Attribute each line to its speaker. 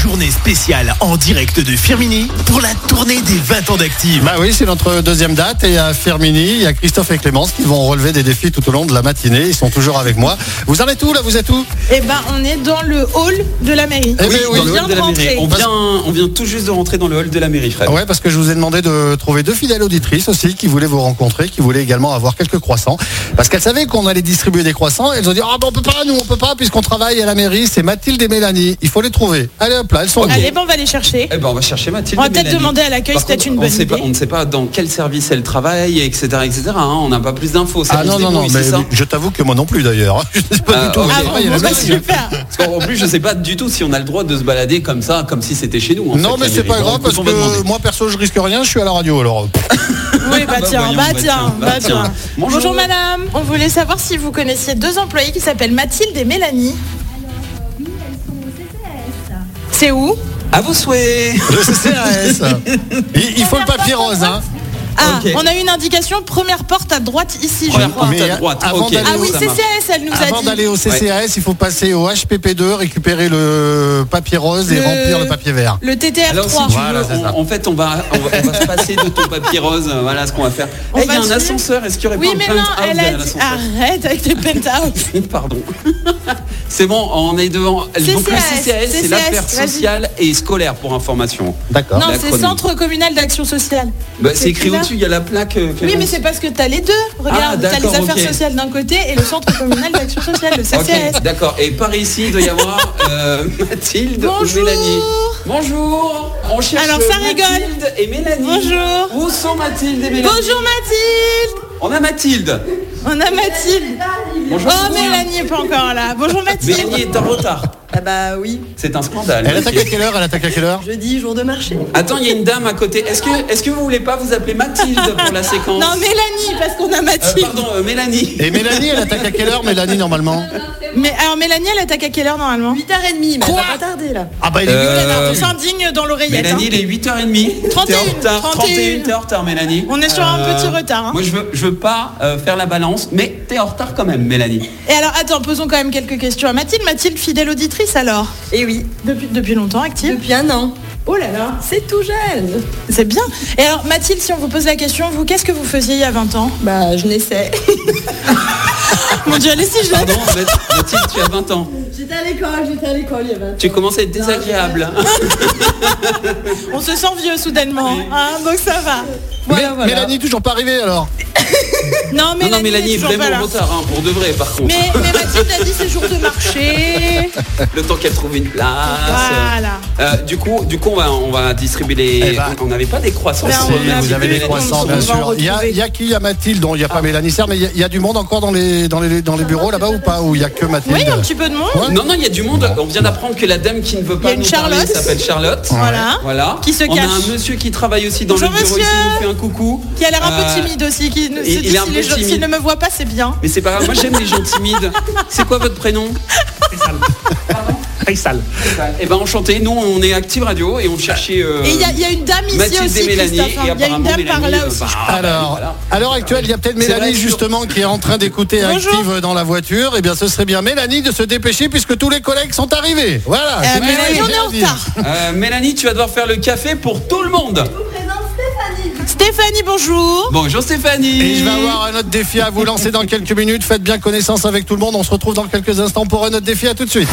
Speaker 1: tournée spéciale en direct de Firmini pour la tournée des 20 ans d'Active.
Speaker 2: Bah oui, c'est notre deuxième date et à Fermini, il y a Christophe et Clémence qui vont relever des défis tout au long de la matinée. Ils sont toujours avec moi. Vous en êtes où là Vous êtes où
Speaker 3: Eh ben, on est dans le hall de la mairie.
Speaker 2: Eh ben oui,
Speaker 3: on vient de rentrer.
Speaker 4: On vient, on vient tout juste de rentrer dans le hall de la mairie, Fred.
Speaker 2: Ah Ouais, parce que je vous ai demandé de trouver deux fidèles auditrices aussi qui voulaient vous rencontrer, qui voulaient également avoir quelques croissants. Parce qu'elles savaient qu'on allait distribuer des croissants. Elles ont dit Ah ben on peut pas, nous on peut pas, puisqu'on travaille à la mairie. C'est Mathilde et Mélanie. Il faut les trouver. Allez hop là, elles sont là.
Speaker 3: Allez, ben, on va les chercher.
Speaker 4: Eh ben, on va chercher Mathilde.
Speaker 3: On va
Speaker 4: et
Speaker 3: peut-être
Speaker 4: Mélanie.
Speaker 3: demander à l'accueil
Speaker 4: Par
Speaker 3: si c'est
Speaker 4: contre,
Speaker 3: une
Speaker 4: on
Speaker 3: bonne
Speaker 4: sait
Speaker 3: idée.
Speaker 4: pas- on ne sait pas dans quel service elle travaille, etc. etc. hein. on n'a pas plus d'infos.
Speaker 2: Ah non, non, non, mais
Speaker 4: c'est ça
Speaker 2: je t'avoue que moi non plus d'ailleurs. Je sais pas
Speaker 4: Ah,
Speaker 2: du tout.
Speaker 4: ok.
Speaker 2: Ah,
Speaker 3: Ah,
Speaker 2: il y a la
Speaker 3: bon, bah,
Speaker 2: mairie.
Speaker 3: super.
Speaker 4: Parce qu'en- en plus, je sais pas du tout si on a le droit de se balader comme ça, comme si c'était chez nous. en
Speaker 2: Non,
Speaker 4: fait,
Speaker 2: mais c'est
Speaker 4: la mairie.
Speaker 2: pas
Speaker 4: Bon,
Speaker 2: grave parce
Speaker 4: on va demander.
Speaker 2: que moi perso je risque rien, je suis à la radio alors.
Speaker 3: Oui, bah
Speaker 4: bah,
Speaker 3: tiens,
Speaker 4: voyons,
Speaker 3: bah
Speaker 4: bah,
Speaker 3: tiens,
Speaker 4: tiens, bah,
Speaker 3: bah tiens.
Speaker 4: tiens. Bonjour.
Speaker 3: Bonjour. madame. On voulait savoir si vous connaissiez deux employés qui s'appellent Mathilde et Mélanie.
Speaker 5: Oui, elles sont au CCS.
Speaker 3: C'est où
Speaker 4: À vos souhaits
Speaker 2: Le CRS. Il, il faut le papier rose hein.
Speaker 3: Ah,
Speaker 4: Ok.
Speaker 3: on a eu une indication. Première porte à droite ici, je
Speaker 4: Première
Speaker 3: crois.
Speaker 4: porte à droite.
Speaker 2: avant
Speaker 4: ok.
Speaker 2: d'aller
Speaker 3: Ah oui,
Speaker 4: ça marche.
Speaker 3: CCAS, elle nous
Speaker 2: Avant
Speaker 3: a
Speaker 2: d'aller
Speaker 3: dit.
Speaker 2: au CCAS, il faut passer au HPP2, récupérer le papier rose et
Speaker 3: Le-
Speaker 2: remplir le papier vert.
Speaker 3: Le
Speaker 4: Alors, si tu
Speaker 3: TTR3.
Speaker 4: veux,
Speaker 2: Voilà, c'est
Speaker 4: on-
Speaker 2: ça.
Speaker 4: en fait, on va, on va, on va se passer de ton papier rose. euh, Voilà ce qu'on va faire.
Speaker 3: On
Speaker 4: Eh, Il y
Speaker 3: va
Speaker 4: a un
Speaker 3: suivre.
Speaker 4: ascenseur. Est-ce qu'il y aurait
Speaker 3: Oui,
Speaker 4: pas
Speaker 3: mais
Speaker 4: un
Speaker 3: non, elle
Speaker 4: penthouse à
Speaker 3: a dit Ah,
Speaker 4: l'ascenseur
Speaker 3: arrête avec tes penthouse.
Speaker 4: Pardon. C'est bon, on est devant. Donc le
Speaker 3: CCAS,
Speaker 4: CCAS, c'est
Speaker 3: vas-y.
Speaker 4: l'affaire sociale et scolaire pour information.
Speaker 2: D'accord.
Speaker 3: Non,
Speaker 4: Ah, la
Speaker 3: c'est
Speaker 4: chronique.
Speaker 3: Centre communal d'action sociale.
Speaker 4: Bah, c'est écrit
Speaker 3: là.
Speaker 4: au-dessus, il y a la plaque. euh,
Speaker 3: Oui, mais
Speaker 4: Clémence.
Speaker 3: c'est parce que t'as les deux. Regarde,
Speaker 4: Ah,
Speaker 3: t'as les
Speaker 4: d'accord,
Speaker 3: affaires
Speaker 4: ok.
Speaker 3: sociales d'un côté et le Centre communal d'action sociale, le CCS.
Speaker 4: Ok, d'accord. Et par ici, il doit y avoir euh, Mathilde
Speaker 3: Bonjour.
Speaker 4: ou Mélanie. Bonjour. On cherche
Speaker 3: Alors, ça
Speaker 4: Mathilde
Speaker 3: rigole.
Speaker 4: et Mélanie.
Speaker 3: Bonjour.
Speaker 4: Où sont Mathilde et Mélanie
Speaker 3: Bonjour Mathilde
Speaker 4: On a Mathilde.
Speaker 3: On a Mathilde
Speaker 4: Bonjour.
Speaker 3: Oh Mélanie est pas encore là. Bonjour
Speaker 4: Mélanie
Speaker 3: Mathilde
Speaker 4: est en retard.
Speaker 6: Ah bah oui,
Speaker 4: C'est un scandale.
Speaker 2: Elle
Speaker 4: Ok.
Speaker 2: attaque à quelle heure Elle attaque à quelle heure
Speaker 6: jeudi, jour de marché.
Speaker 4: Attends, il y a une dame à côté. Est-ce que, est-ce que vous voulez pas vous appeler Mathilde pour la séquence
Speaker 3: Non Mélanie parce qu'on a
Speaker 4: Euh,
Speaker 3: Mathilde.
Speaker 4: Pardon, euh, Mélanie.
Speaker 2: Et Mélanie, elle attaque à quelle heure Mélanie normalement
Speaker 3: Mais alors Mélanie elle attaque à quelle heure normalement
Speaker 6: 8h30, mais elle va pas tarder là.
Speaker 2: Ah bah il est
Speaker 4: Euh,
Speaker 2: nul, elle a-
Speaker 3: On tous indignes dans l'oreillette.
Speaker 4: Mélanie,
Speaker 3: hein.
Speaker 4: il est 8h30.
Speaker 3: 31,
Speaker 4: T'es en retard.
Speaker 3: 31.
Speaker 4: 31, t'es en retard, Mélanie. Euh,
Speaker 3: On est sur un petit retard, hein.
Speaker 4: Moi, je veux, je veux pas euh, faire la balance, mais t'es en retard quand même, Mélanie.
Speaker 3: Et alors attends, posons quand même quelques questions à Mathilde. Mathilde, fidèle auditrice alors
Speaker 6: Et oui,
Speaker 3: Depuis, depuis longtemps active
Speaker 6: depuis un an.
Speaker 3: Oh là là
Speaker 6: C'est tout jeune.
Speaker 3: C'est bien. Et alors Mathilde, si on vous pose la question, vous, qu'est-ce que vous faisiez il y a 20 ans
Speaker 6: Bah je naissais.
Speaker 3: Mon dieu, elle est si jeune
Speaker 4: Pardon, Math- Mathilde, tu as 20 ans.
Speaker 6: J'étais à l'école, j'étais à l'école il y a 20 ans.
Speaker 4: Tu commences à être désagréable.
Speaker 3: On se sent vieux soudainement, hein, donc ça va. Voilà,
Speaker 2: Mé-
Speaker 3: voilà.
Speaker 2: Mélanie toujours pas arrivée alors
Speaker 3: Non,
Speaker 4: Non,
Speaker 3: Mélanie,
Speaker 4: non, Mélanie
Speaker 3: est
Speaker 4: est
Speaker 3: toujours
Speaker 4: vraiment
Speaker 3: pas là.
Speaker 4: en retard, hein, pour de vrai, par contre.
Speaker 3: Mais, mais Mathilde a dit c'est jour de marché.
Speaker 4: Le temps qu'elle trouve une place.
Speaker 3: Voilà.
Speaker 4: Euh, du coup, du coup, on va, on va distribuer les.
Speaker 2: Eh ben.
Speaker 4: on n'avait pas des croissants.
Speaker 3: Ben,
Speaker 4: sur
Speaker 3: on
Speaker 4: Mélanie.
Speaker 3: a
Speaker 2: Vous avez
Speaker 3: plus
Speaker 2: les
Speaker 3: les
Speaker 2: croissants
Speaker 3: comptes,
Speaker 2: bien
Speaker 3: on va en
Speaker 2: sûr. Il y a,
Speaker 3: retrouver. Ah.
Speaker 2: il y a qui Il y a Mathilde, non, il n'y a pas Mélanie Serre, mais il y a- il y, a du monde encore dans les, dans les, dans les bureaux là-bas ou pas Ou il y a que Mathilde
Speaker 3: Oui, un petit peu de monde.
Speaker 2: Ouais.
Speaker 4: Non, non, il y a du monde. On vient d'apprendre que la dame qui ne veut
Speaker 3: Il y
Speaker 4: pas
Speaker 3: a une
Speaker 4: nous parler
Speaker 3: Charlotte.
Speaker 4: s'appelle Charlotte.
Speaker 3: Voilà.
Speaker 4: Voilà.
Speaker 3: Qui se
Speaker 4: On
Speaker 3: cache.
Speaker 4: a un monsieur qui travaille aussi dans
Speaker 3: Bonjour,
Speaker 4: le bureau. ici,
Speaker 3: monsieur.
Speaker 4: Il nous fait un coucou.
Speaker 3: Qui a l'air un
Speaker 4: Euh,
Speaker 3: peu timide aussi, qui ne, se
Speaker 4: il-
Speaker 3: dit
Speaker 4: il est un
Speaker 3: si
Speaker 4: peu
Speaker 3: les gens- s'il
Speaker 4: timide.
Speaker 3: ne me voit pas, c'est bien.
Speaker 4: Mais c'est pas grave. Moi, j'aime les gens timides. C'est quoi votre prénom
Speaker 7: Faisal.
Speaker 4: Eh ben, enchanté. Nous, on est Active Radio et on cherchait. euh,
Speaker 3: Et il y, a- il y a une dame ici
Speaker 4: Mathilde
Speaker 3: aussi,
Speaker 4: et Mélanie,
Speaker 3: Christophe. hein.
Speaker 4: et
Speaker 3: Il y a une
Speaker 4: apparemment,
Speaker 3: dame par
Speaker 4: Mélanie,
Speaker 3: là
Speaker 4: euh,
Speaker 3: aussi.
Speaker 4: bah,
Speaker 2: Alors,
Speaker 4: voilà.
Speaker 2: à l'heure actuelle, il y a peut-être
Speaker 4: C'est vrai
Speaker 2: Mélanie
Speaker 4: que-
Speaker 2: justement qui est en train d'écouter
Speaker 3: Bonjour.
Speaker 2: Active dans la voiture. Eh bien, ce serait bien Mélanie de se dépêcher puisque tous les collègues sont arrivés. Voilà.
Speaker 3: Euh,
Speaker 2: c'est tout ce que
Speaker 3: Mélanie,
Speaker 2: j'ai
Speaker 3: on est
Speaker 2: à
Speaker 3: en
Speaker 2: dire.
Speaker 3: retard.
Speaker 4: Euh, Mélanie, tu vas devoir faire le café pour tout le monde.
Speaker 5: Je vous présente Stéphanie.
Speaker 3: Stéphanie, bonjour.
Speaker 4: Bonjour Stéphanie.
Speaker 2: Et je vais avoir un autre défi à vous lancer dans quelques minutes. Faites bien connaissance avec tout le monde. On se retrouve dans quelques instants pour un autre défi. À tout de suite.